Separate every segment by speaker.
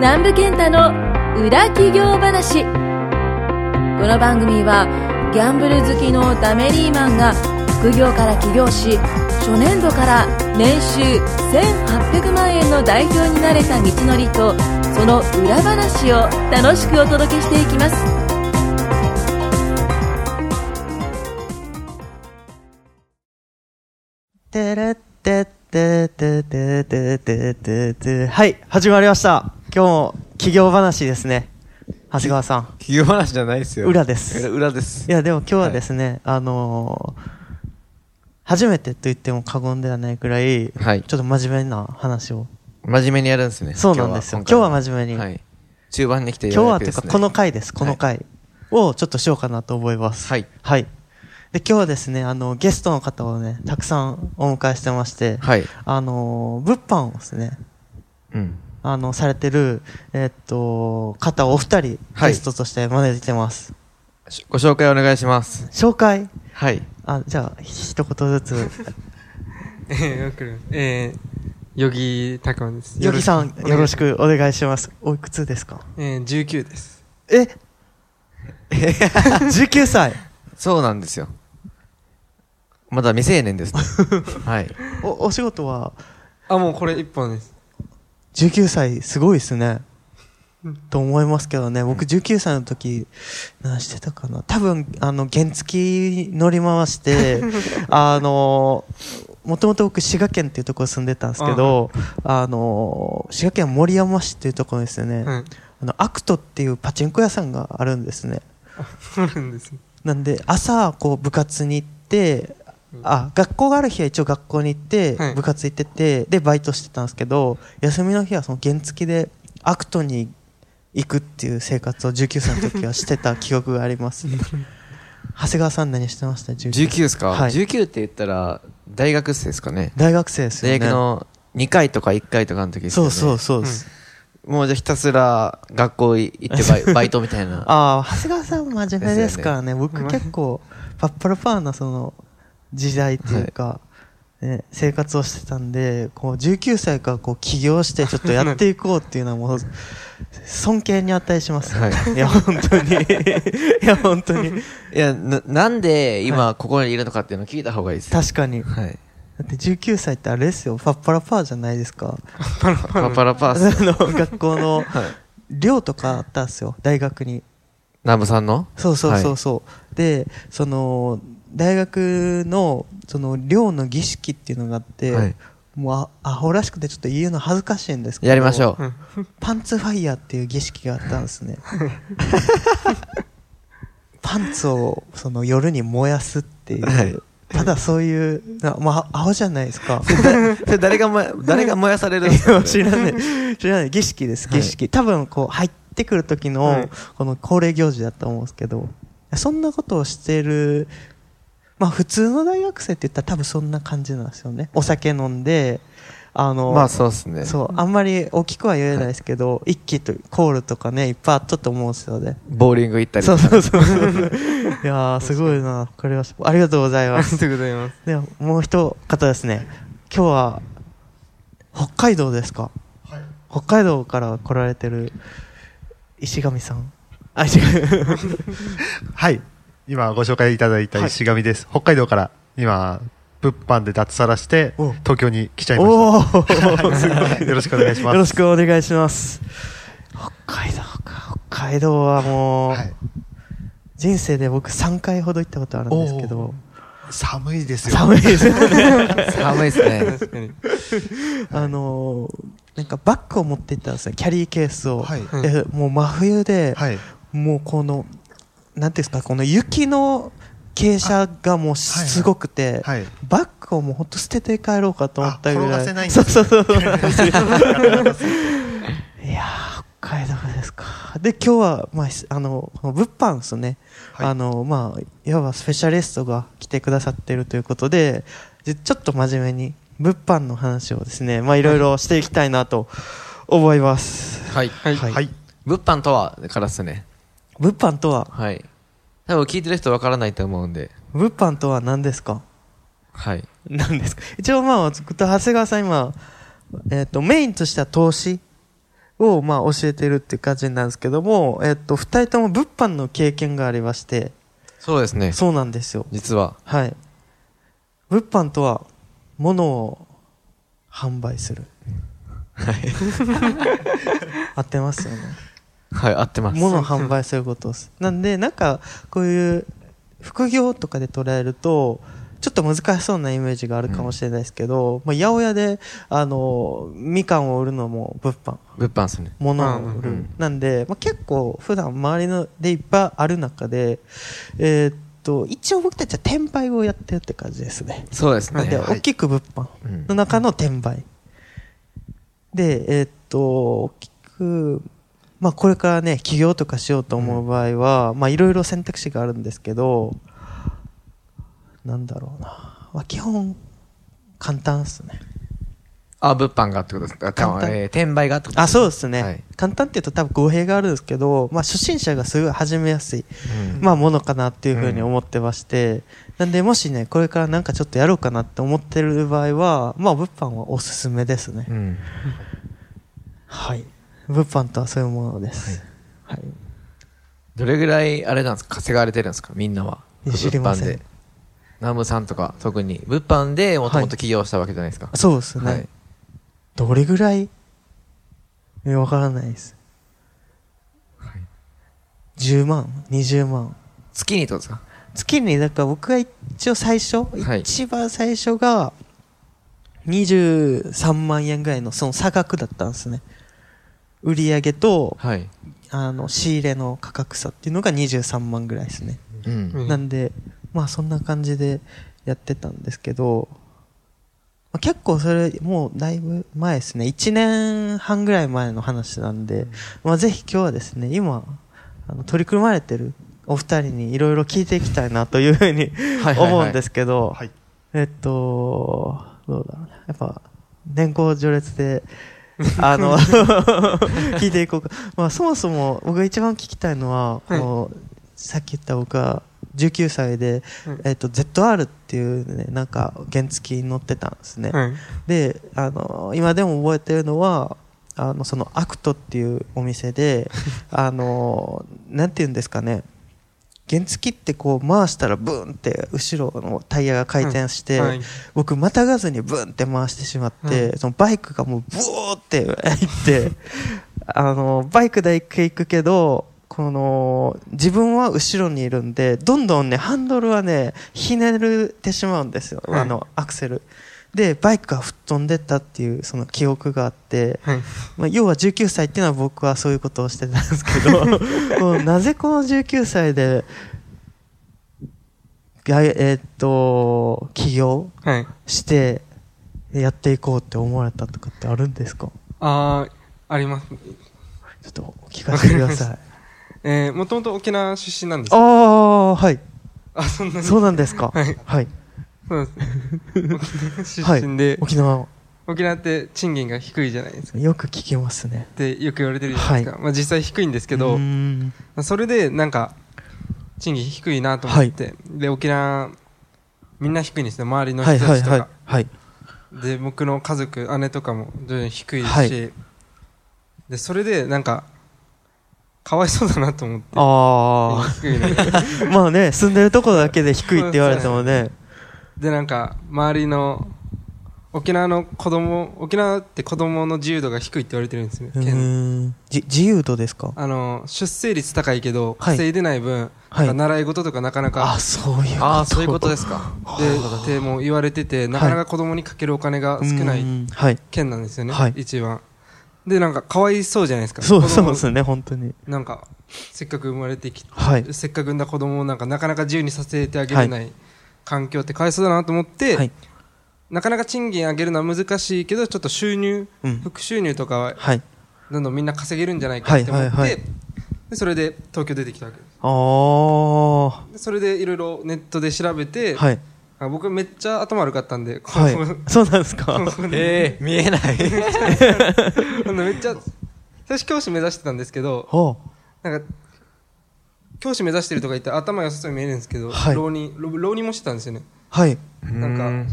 Speaker 1: 南部健太の裏企業話この番組はギャンブル好きのダメリーマンが副業から起業し初年度から年収1800万円の代表になれた道のりとその裏話を楽しくお届けしていきます
Speaker 2: てれってってってってってってってってはい、始まりました。今日も企業話ですね。長谷川さん。
Speaker 3: 企業話じゃないですよ。
Speaker 2: 裏です
Speaker 3: 裏です。
Speaker 2: いや、でも今日はですね、あのー初めてと言っても過言ではないくらい、
Speaker 3: はい
Speaker 2: ちょっと真面目な話を。
Speaker 3: 真面目にやるんですね。
Speaker 2: そうなんですよ
Speaker 3: 今日は
Speaker 2: 今日は真面目に
Speaker 3: はい。中盤に来て
Speaker 2: 今日は
Speaker 3: っ
Speaker 2: と
Speaker 3: て
Speaker 2: いうか、この回です、この回をちょっとしようかなと思います。
Speaker 3: はい。
Speaker 2: はい。で、今日はですね、あの、ゲストの方をね、たくさんお迎えしてまして、
Speaker 3: はい。
Speaker 2: あのー物販をですね、
Speaker 3: うん。
Speaker 2: あの、されてる、えっと、方をお二人、
Speaker 3: はい
Speaker 2: ゲストとして招いてます。
Speaker 3: しご紹介お願いします。
Speaker 2: 紹介
Speaker 3: はい。
Speaker 2: あ、じゃあ、ひ一言ずつ。
Speaker 4: えー、わかります。えー、ヨギタクマです。
Speaker 2: ヨギさん、 よろし
Speaker 4: く
Speaker 2: くお願いします。おいくつですか
Speaker 4: お願い。えー、19です。
Speaker 2: え ?19 歳
Speaker 3: そうなんですよ。まだ未成 年です、ね。はい。
Speaker 2: お、お仕事は、
Speaker 4: あ、もうこれ一本です。
Speaker 2: 19歳、すごいですね。と思いますけどね、僕19歳の時、何してたかな多分、あの、原付き乗り回 して、あの、もともと僕滋賀県っていうところ住んでたんですけど、あの、滋賀県森山市っていうところですよね、
Speaker 4: はい。
Speaker 2: あの、アクトっていうパチンコ屋さんがあるんですね。
Speaker 4: あるんですね。
Speaker 2: なんで、朝、こう、部活に行って、あ、学校がある日は一応学校に行って
Speaker 4: は、い
Speaker 2: 部活行ってて、で、バイトしてたんですけど、休みの日はその原付でアクトに行くっていう生活を19歳の時はしてた記憶があり ます。長谷川さん何してました ?19
Speaker 3: 19ですか、
Speaker 2: はい
Speaker 3: ?19 って言ったら、大学生ですかね。
Speaker 2: 大学生ですよね。
Speaker 3: 大学の2回とか1回とかの時ですよ
Speaker 2: そう
Speaker 3: ね。
Speaker 2: そうそうです。
Speaker 3: もうじゃあひたすら学校行って バイバイトみたいな。
Speaker 2: ああ、長谷川さん真面目ですからね。僕
Speaker 4: うん
Speaker 2: 結構、パッパラパーなその、時代っていうか、ね、生活をしてたんで、こう、19歳からこう、起業してちょっとやっていこうっていうのはもう、尊敬に値します、
Speaker 3: はい
Speaker 2: いや、本当に。いや、本当に。
Speaker 3: いや、ななんで今ここにいるのかっていうのを聞いた方がいいですよ。
Speaker 2: 確かに。だ
Speaker 3: はい。
Speaker 2: って19歳ってあれですよ、パッパラパーじゃないですか。
Speaker 3: パパラパ
Speaker 2: あ
Speaker 3: ース。
Speaker 2: の、学校の
Speaker 3: はい。
Speaker 2: 寮とかあったんですよ、大学に。
Speaker 3: 南部さんの
Speaker 2: そうそうそう
Speaker 3: は
Speaker 2: そう、でその大学のその寮の儀式っていうのがあって、
Speaker 3: はい
Speaker 2: もうあアホらしくてちょっと言うの恥ずかしいんですけど
Speaker 3: いやりましょう。
Speaker 2: うパンツファイヤーっていう儀式があったんですね パンツをその夜に燃やすっていう、
Speaker 3: はい
Speaker 2: ただそういうなまあアホじゃないです か
Speaker 3: それ誰がもや、誰が燃やされるんです
Speaker 2: いや
Speaker 3: か
Speaker 2: 知ら ない知らない儀式です儀式、多分こう入ってくる時
Speaker 4: は
Speaker 2: の
Speaker 4: い
Speaker 2: この恒例行事だと思うんですけどそんなことをしてるまあ普通の大学生って言ったら多分そんな感じなんですよねお酒飲んであの
Speaker 3: まあそうですね。
Speaker 2: そうあんまり大きくは言えないですけど、一気とコールとかねいっぱいあったと思うんですよね
Speaker 3: ボーリング行ったり
Speaker 2: そうそうそういやーすごいなこれはありがとうござい
Speaker 4: あ
Speaker 2: ま
Speaker 4: り
Speaker 2: す
Speaker 4: がとうございます。
Speaker 2: ではもう一方ですね今日は北海道ですか、北海道から来られてる石上さんあ石上
Speaker 5: はい。今ご紹介いただいた石上です。北海道から今、物販で脱サラして
Speaker 2: お、
Speaker 5: 東京に来ちゃいま
Speaker 2: おお
Speaker 5: した。よろしくお願いします。
Speaker 2: よろしくお願いします北海道か北海道はもう、
Speaker 5: はい。
Speaker 2: 人生で僕3回ほど行ったことあるんですけど
Speaker 5: 寒いですよ。
Speaker 2: 寒いですよね
Speaker 3: 寒いですね。
Speaker 4: 確かに。
Speaker 2: あのーなんかバッグを持って行ったんですよキャリーケースを、
Speaker 5: はい。
Speaker 4: は
Speaker 2: でもう真冬で、
Speaker 5: はい。
Speaker 2: もうこの、なんていうんですか、この雪の傾斜がもう
Speaker 5: あはいはい
Speaker 2: すごくて、
Speaker 5: はい。
Speaker 2: バッグをもうほんと捨てて帰ろうかと思ったぐらい。
Speaker 5: あ転がせないん
Speaker 2: そ
Speaker 5: で
Speaker 2: う
Speaker 5: す
Speaker 2: そうそう。いやー、北海道ですか。で、今日は、まあ、しあの、この物販ですね。
Speaker 5: はい
Speaker 2: あの、まあ、いわばスペシャリストが来てくださってるということで、じちょっと真面目に、物販の話をですね、まあ、いろいろしていきたいなと思います。
Speaker 3: はい。
Speaker 4: い。はい。
Speaker 5: はい。
Speaker 3: 物販とは、からっすね。
Speaker 2: 物販とは、
Speaker 3: はい。多分聞いてる人わからないと思うんで。
Speaker 2: 物販とは何ですか
Speaker 3: はい。
Speaker 2: なんですか一応まあ、長谷川さん今、えっ、と、メインとしては投資を、まあ、教えてるっていう感じなんですけども、えっと、二人とも物販の経験がありまして、
Speaker 3: そうですね。
Speaker 2: そうなんですよ。
Speaker 3: 実は。
Speaker 2: はい。物販とは、物を販売する。
Speaker 3: はい。
Speaker 2: 合ってますよね。
Speaker 3: はい、合ってます。
Speaker 2: 物を販売することです。なんで、なんか、こういう、副業とかで捉えると、ちょっと難しそうなイメージがあるかもしれないですけど、まあ、八百屋で、あの、みかんを売るのも物販。
Speaker 3: 物販ですね。
Speaker 2: 物を売る、
Speaker 3: うんうんうん
Speaker 2: なんで、まあ、結構普段周りのでいっぱいある中で、えーっと一応僕たちは転売をやってるって感じですね
Speaker 3: そうです
Speaker 2: なんで
Speaker 3: ね。
Speaker 5: はい
Speaker 2: 大きく物販
Speaker 3: うん
Speaker 2: の中の転売でえーっと大きくまあこれからね起業とかしようと思う場合は、まあいろいろ選択肢があるんですけどなんだろうな、まあ、基本簡単っすね
Speaker 3: あ、物販がってことですか。
Speaker 2: 簡単
Speaker 3: えー転売がってこと
Speaker 2: あ、
Speaker 3: う。
Speaker 2: そうですね。
Speaker 3: はい
Speaker 2: 簡単って言うと多分語弊があるんですけど、まあ初心者がすごい始めやすい、
Speaker 3: うん
Speaker 2: まあものかなっていうふうに思ってまして、なんでもしね、これからなんかちょっとやろうかなって思ってる場合は、まあ物販はおすすめですね。
Speaker 3: うん。
Speaker 2: はい。物販とはそういうものです。はい。
Speaker 3: どれぐらい、あれなんですか、稼がれてるんですか、みんなは。
Speaker 2: いや知りません
Speaker 3: 物販で。南部さんとか、特に。物販でもともと起業したわけじゃないですか。
Speaker 2: そうですね。
Speaker 3: はい。
Speaker 2: どれぐらいえわからないです。10万 ?20 万
Speaker 3: 月にってことですか
Speaker 2: 月にだから僕が一応最初、
Speaker 3: はい
Speaker 2: 一番最初が23万円ぐらいのその差額だったんですね売上と
Speaker 3: はい。
Speaker 2: あの仕入れの価格差っていうのが23万ぐらいですね、
Speaker 3: うん。
Speaker 2: なんでまあそんな感じでやってたんですけど、まあ、結構それもうだいぶ前ですね1年半ぐらい前の話なんで、まあ、ぜひ今日はですね今あの取り組まれてるお二人にいろいろ聞いていきたいなというふうに
Speaker 3: はいはいはい
Speaker 2: 思うんですけど、
Speaker 5: はい。
Speaker 2: えっと、どうだろうね。やっぱ、年功序列で、あの、 聞いていこうか。まあ、そもそも僕が一番聞きたいのは、
Speaker 4: はい
Speaker 2: このさっき言った僕は19歳で、
Speaker 4: うん
Speaker 2: えっと、ZR っていうね、なんか原付に乗ってたんですね。
Speaker 4: はい。
Speaker 2: で、あの、今でも覚えてるのは、あの、そのアクトっていうお店 で、あの、なんて言うんですかね。原付ってこう回したらブーンって後ろのタイヤが回転して、
Speaker 4: はい。
Speaker 2: 僕またがずにブーンって回してしまって、そのバイクがもうブオーって いって、あの、バイクで行く行くけど、この、自分は後ろにいるんで、どんどんね、ハンドルはね、ひねるてしまうんですよ。
Speaker 4: はい
Speaker 2: あの、アクセル。で、バイクが吹っ飛んでったっていう、その記憶があって、
Speaker 4: はい。
Speaker 2: まあ、要は19歳っていうのは僕はそういうことをしてたんですけ どもうなぜこの19歳でがえーっと起業
Speaker 4: はい。
Speaker 2: してやっていこうって思われたとかってあるんですか
Speaker 4: あー、あります。
Speaker 2: ちょっとお聞かせくだ さい
Speaker 4: えー、もともと沖縄出身なんです
Speaker 2: あ。あはい
Speaker 4: あ、そんなに。
Speaker 2: そうなんですか
Speaker 4: はい
Speaker 2: はい、
Speaker 4: そうです。
Speaker 2: は
Speaker 4: 沖縄
Speaker 2: い
Speaker 4: 出身で、
Speaker 2: 沖縄
Speaker 4: 沖縄って賃金が低いじゃないですか。
Speaker 2: よく聞きますね
Speaker 4: ってよく言われてるじゃないですか。まあ実際低いんですけ
Speaker 2: う
Speaker 4: ど
Speaker 2: ー、ん
Speaker 4: まあそれでなんか、賃金低いなと思って、で、沖縄、みんな低いんですね、周りの
Speaker 2: は
Speaker 4: 人
Speaker 2: い
Speaker 4: た
Speaker 2: はい
Speaker 4: ちと
Speaker 2: は
Speaker 4: か。
Speaker 2: いはい
Speaker 4: で、僕の家族、姉とかも徐々に低いし、
Speaker 2: はい
Speaker 4: で、それでなんか、かわいそうだなと思って。
Speaker 2: あ
Speaker 4: 低いのが
Speaker 2: あまあね住んでるとこだけで低いって言われてもね
Speaker 4: でなんか周りの沖縄の子供沖縄って子供の自由度が低いって言われてるんですよ、
Speaker 2: う
Speaker 4: 県
Speaker 2: ーんじ自由度ですか
Speaker 4: あの出生率高いけど
Speaker 2: はい
Speaker 4: 稼いでない分、
Speaker 2: はい
Speaker 4: なんか習い事とかなかな
Speaker 2: あ
Speaker 4: か
Speaker 2: そういうこと
Speaker 3: ああ、そういうことですか。
Speaker 4: ででも言われててなかなか子供にかけるお金が少な
Speaker 2: う
Speaker 4: い
Speaker 2: んはい
Speaker 4: 県なんですよね、
Speaker 2: はい
Speaker 4: 一番でなんかかわいそうじゃないですか
Speaker 2: そう
Speaker 4: 子供
Speaker 2: そうですね本当に
Speaker 4: なんかせっかく生まれてきて、
Speaker 2: はい
Speaker 4: せっかく産んだ子供をなんかなかなか自由にさせてあげれない環境ってかわいそうだなと思って、
Speaker 2: はい
Speaker 4: なかなか賃金上げるのは難しいけど、ちょっと収入、
Speaker 2: うん
Speaker 4: 副収入とかは、
Speaker 2: はい
Speaker 4: どんどんみんな稼げるんじゃないかって思って、
Speaker 2: はいはいはい
Speaker 4: でそれで東京出てきたわけです
Speaker 2: ああは
Speaker 4: で。それでいろいろネットで調べて、
Speaker 2: い
Speaker 4: あ僕めっちゃ頭悪かったんで、こう
Speaker 2: はい そうなんですか
Speaker 3: ええ見えない。
Speaker 4: あのめっちゃ、最初教師目指してたんですけど、
Speaker 2: ほ
Speaker 4: なんか、教師目指してるとか言って頭良さそうに見えるんですけど、
Speaker 2: はい
Speaker 4: 浪人、浪浪人もしてたんですよね。
Speaker 2: うはい
Speaker 4: なんか、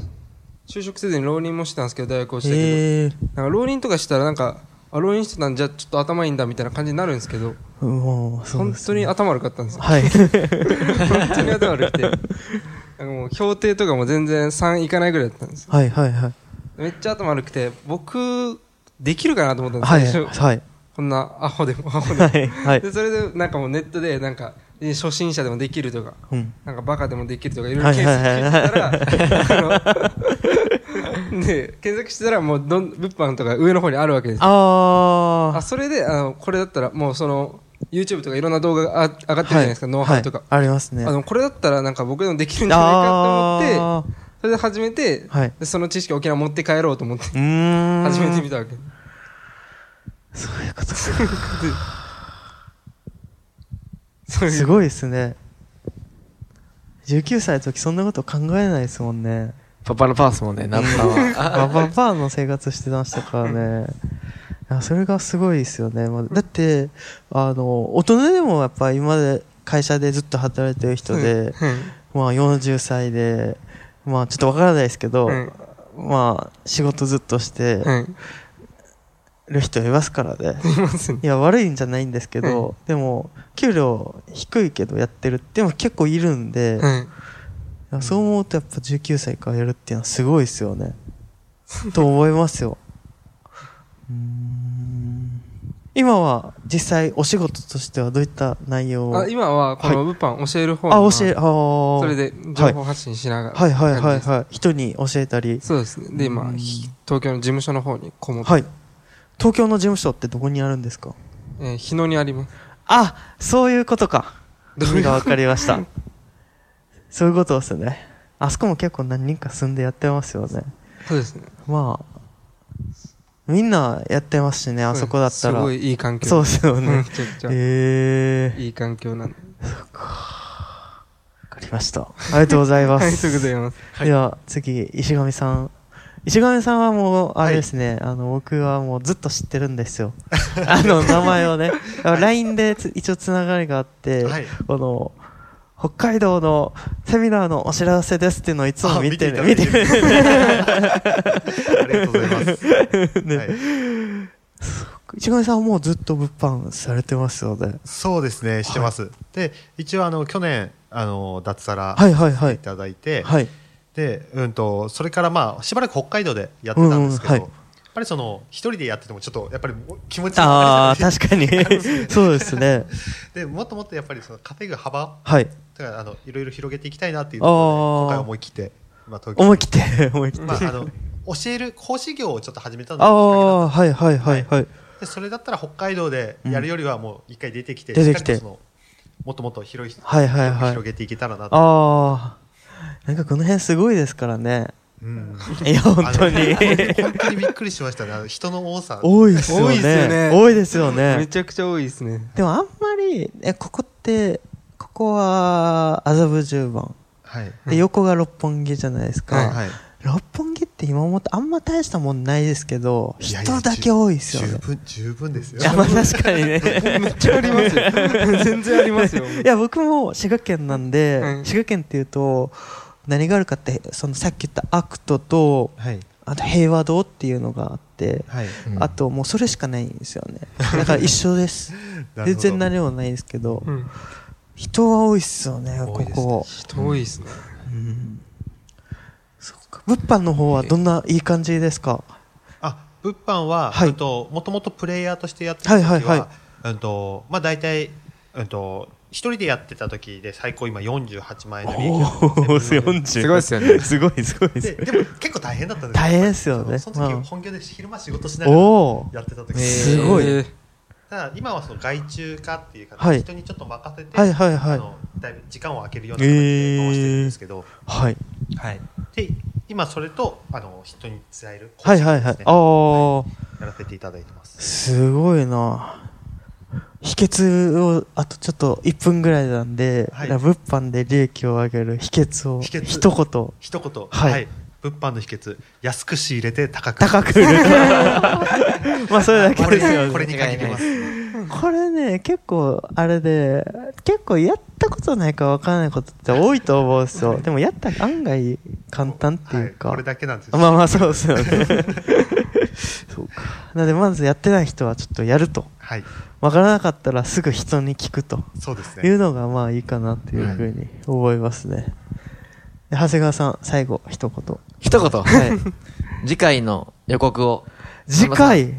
Speaker 4: 就職せずに浪人もしてたんですけど、大学をしてたけど。
Speaker 2: ええ
Speaker 4: なんか浪人とかしたらなんかあ浪人してたんじゃちょっと頭いいんだみたいな感じになるんですけど
Speaker 2: もう、そう
Speaker 4: 本
Speaker 2: です。
Speaker 4: 当に頭悪かったんですよ
Speaker 2: はい。
Speaker 4: 本当に頭悪くてなんかもう評定とかも全然3いかないぐらいだったんですよ
Speaker 2: はい、はい、はい。
Speaker 4: めっちゃ頭悪くて僕できるかなと思ったんです
Speaker 2: は
Speaker 4: 最
Speaker 2: い、
Speaker 4: 初、
Speaker 2: はい。
Speaker 4: こんなアホで もアホでも、
Speaker 2: はい、はい
Speaker 4: で。それでなんかもうネットでなんかえ初心者でもできるとか
Speaker 2: うん。
Speaker 4: なんかバカでもできるとかいろい
Speaker 2: はい
Speaker 4: ろ検
Speaker 2: はいはい
Speaker 4: 索してたら、あの で検索してたらもうどん物販とか上の方にあるわけです。あ
Speaker 2: あ
Speaker 4: それであのこれだったらもうその YouTube とかいろんな動画があ上がって
Speaker 2: あ
Speaker 4: るじゃないですか、ノウハウとか。
Speaker 2: ありますね。
Speaker 4: あのこれだったらなんか僕でもできるんじゃないかと思って
Speaker 2: あー
Speaker 4: それで始めて、
Speaker 2: はい
Speaker 4: でその知識を沖縄持って帰ろうと思って
Speaker 2: うーん。
Speaker 4: 始めてみたわけ
Speaker 2: そういうことか
Speaker 4: そういう
Speaker 2: すごいですね。19歳の時そんなこと考えないですもんね。
Speaker 3: パパのパースもね、ナンパは。
Speaker 2: バババーの生活してましたからね。いやそれがすごいですよね。まあだって、あの、大人でもやっぱ今まで会社でずっと働いてる人で、
Speaker 4: うん
Speaker 2: まあ40歳で、まあちょっとわからないですけど、
Speaker 4: うん
Speaker 2: まあ仕事ずっとして
Speaker 4: うん うん
Speaker 2: る人いますからね。
Speaker 4: いますね
Speaker 2: いや、悪いんじゃないんですけど、でも、給料低いけどやってるって、でも結構いるんで、
Speaker 4: うん
Speaker 2: いやそう思うとやっぱ19歳からやるっていうのはすごいですよね。と思いますよ。 うーん今は実際お仕事としてはどういった内容を
Speaker 4: あ今はこの物販教える方
Speaker 2: あ、
Speaker 4: の、
Speaker 2: 教え、あー
Speaker 4: それで情報発信しながら、
Speaker 2: はいはいはい
Speaker 4: い
Speaker 2: はい。人に教えたり。
Speaker 4: そうですねで今
Speaker 2: うん
Speaker 4: ひ東京の事務所の方にこもって、
Speaker 2: はい。東京の事務所ってどこにあるんですか
Speaker 4: えー日野にあります
Speaker 2: あ、そういうことか。
Speaker 4: どういう
Speaker 2: 意味がわかりま した。そういうことですね。あそこも結構何人か住んでやってますよね。
Speaker 4: そうですね
Speaker 2: まあ、みんなやってますしね、あそこだったら。
Speaker 4: すごいいい環境
Speaker 2: そうですよ
Speaker 4: うんめ
Speaker 2: ね。
Speaker 4: ちゃくちゃ
Speaker 2: ええー、
Speaker 4: いい環境なんで
Speaker 2: わかりました。ありがとうございま
Speaker 4: はい
Speaker 2: す。
Speaker 4: ということでございます
Speaker 2: では、次、石上さん。石上さんはもう、あれですね、あの、僕はもうずっと知ってるんですよ。 あの、名前をね。LINE でつ一応つながりがあって、
Speaker 5: はい
Speaker 2: この、北海道のセミナーのお知らせですっていうのをいつも見てる。
Speaker 5: あ
Speaker 2: 見
Speaker 5: 見
Speaker 2: て
Speaker 5: ていただいて
Speaker 2: る。
Speaker 5: ありがとうござ います。
Speaker 2: ね
Speaker 5: はい
Speaker 2: 石上さんはもうずっと物販されてますので。
Speaker 5: そうですね、してます。で、一応、あの、去年、あの、脱サラ
Speaker 2: はいはいはい
Speaker 5: い。ただいて、
Speaker 2: はい。
Speaker 5: で、うんと、それからまあ、しばらく北海道でやってたんですけど、
Speaker 2: うんうんはい
Speaker 5: やっぱりその、一人でやっててもちょっと、やっぱり気持ち
Speaker 2: ああ、
Speaker 5: 分か
Speaker 2: 確か に。そうですね。
Speaker 5: れないで、もっともっとやっぱりその稼ぐ幅、
Speaker 2: はい。
Speaker 5: とか、あの、いろいろ広げていきたいなっていうところ
Speaker 2: あー
Speaker 5: で、今回思い切って、まあ、東京
Speaker 2: 思い切って、 思い切って。
Speaker 5: まあ、あの、教える、講師業をちょっと始めたの
Speaker 2: あ
Speaker 5: がきっかけだったん
Speaker 2: あ、はいはいはいはい。
Speaker 5: でそれだったら北海道でやるよりはもう一回出てきて、
Speaker 2: うん出てきて
Speaker 5: しっかりとそのもっともっと広い、
Speaker 2: はいはいはい
Speaker 5: 広げていけたらなと、
Speaker 2: ああ、なんかこの辺すごいですから ね。
Speaker 5: うん、
Speaker 2: いや、本当に。
Speaker 5: あの本当にびっくりしましたねあの人の多さ
Speaker 2: 多いですよ
Speaker 4: 多いっすよ
Speaker 2: ね
Speaker 4: ね。
Speaker 2: 多いですよ
Speaker 4: め
Speaker 2: ね。
Speaker 4: ちゃくちゃ多いですね
Speaker 2: でもあんまり、え、ここって、ここは麻布十番。
Speaker 5: はい
Speaker 2: で、横が六本木じゃないです
Speaker 5: はい
Speaker 2: か。
Speaker 5: はい
Speaker 2: 六本木って今思ってあんま大したもんないですけど、
Speaker 5: いや
Speaker 2: 人
Speaker 5: いや
Speaker 2: だけ多いですよ
Speaker 5: 十
Speaker 2: ね。
Speaker 5: 分十分ですよ
Speaker 2: いや、まあ確かにね。
Speaker 4: めっちゃありますよ全然ありますよ
Speaker 2: いや、僕も滋賀県なんで、
Speaker 4: うん
Speaker 2: 滋賀県っていうと、何があるかって、そのさっき言ったアクトと、
Speaker 5: はい
Speaker 2: あと平和堂っていうのがあって、
Speaker 5: はい
Speaker 3: うん
Speaker 2: あともうそれしかないんですよね。だから一緒です。
Speaker 5: なる
Speaker 2: 全然
Speaker 5: ほど
Speaker 2: 何もないですけど、
Speaker 4: うん
Speaker 2: 人は多いっすよね、
Speaker 5: 多
Speaker 2: こ
Speaker 5: いですね
Speaker 2: こ。
Speaker 4: 人多いですね
Speaker 2: うんそっか物販の方はどんないい感じですか
Speaker 5: あ物販は、
Speaker 2: はい
Speaker 5: うんともともとプレイヤーとしてやってた時は,、
Speaker 2: はいはいは
Speaker 5: うんとまあ大体うんと一人でやってた時で最高今48万円の利益が
Speaker 3: すごいっすよね。
Speaker 2: すごいすごいで
Speaker 5: ででも結構大変だったんですよ
Speaker 2: 大変ですよね
Speaker 5: そのその
Speaker 2: うん
Speaker 5: 時本業で昼間仕事しながら
Speaker 2: おー
Speaker 5: やってた時
Speaker 3: え ー
Speaker 2: すごい
Speaker 4: えー
Speaker 5: ただ今はその外注化っていう形、
Speaker 2: はい
Speaker 5: 人にちょっと任せて、
Speaker 2: はいはいはい
Speaker 5: あのだいぶ時間を空けるような形で回してるんですけど、
Speaker 2: はい。
Speaker 5: はい、で今それとあの人に伝える
Speaker 2: はいはいはい
Speaker 5: 講師。
Speaker 2: あ
Speaker 5: を
Speaker 2: ー、
Speaker 5: ですねやらせていただいてます
Speaker 2: すごいな秘訣を、あとちょっと1分ぐらいなんで、
Speaker 5: はい
Speaker 2: 物販で利益を上げる秘訣を、
Speaker 5: 秘訣
Speaker 2: 一言。
Speaker 5: 一言
Speaker 2: はい
Speaker 5: 物販の秘訣安く仕入れて高く
Speaker 2: 高 く売る。まあ、それだけ
Speaker 5: こ
Speaker 2: で
Speaker 5: れ
Speaker 2: すよね。
Speaker 5: これに限ります
Speaker 2: これね、結構、あれで、結構やったことないかわからないことって多いと思うんですよ。でもやったら案外簡単っていうか。
Speaker 5: はこれだけなんですよ
Speaker 2: まあまあ、そうですよね。そうか。なので、まずやってない人はちょっとやると。
Speaker 5: はい。
Speaker 2: わからなかったらすぐ人に聞くと
Speaker 5: そうです
Speaker 2: いう
Speaker 5: ね。
Speaker 2: のがまあいいかなっていうふうに思いますね。で長谷川さん、最後、一言。
Speaker 3: 一言。
Speaker 2: はい。
Speaker 3: 次回の予告を。
Speaker 2: 次回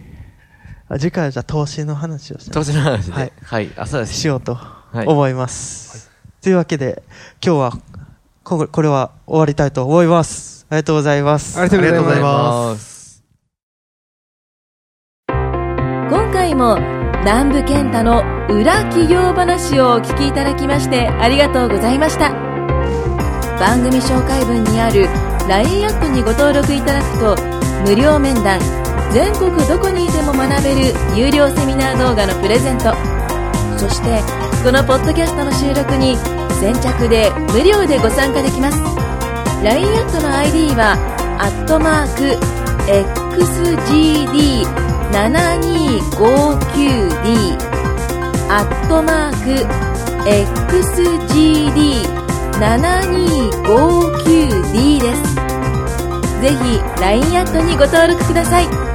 Speaker 2: あ次回はじゃあ投資の話をし
Speaker 3: 投資の話で。
Speaker 2: は
Speaker 3: はいい。あ、そうです。
Speaker 2: しようと
Speaker 3: い。
Speaker 2: 思います。というわけで、今日はこ、これは終わりたいと思います。ありがとうございます。
Speaker 4: ありがとうございます
Speaker 5: ありがとうございます
Speaker 1: 今回も南部健太の裏企業話をお聞きいただきましてありがとうございました番組紹介文にある LINE アップにご登録いただくと無料面談全国どこにいても学べる有料セミナー動画のプレゼントそしてこのポッドキャストの収録に先着で無料でご参加できます LINE アットの ID はアットマーク XGD7259D アットマーク XGD7259D ですぜひ LINE アットにご登録ください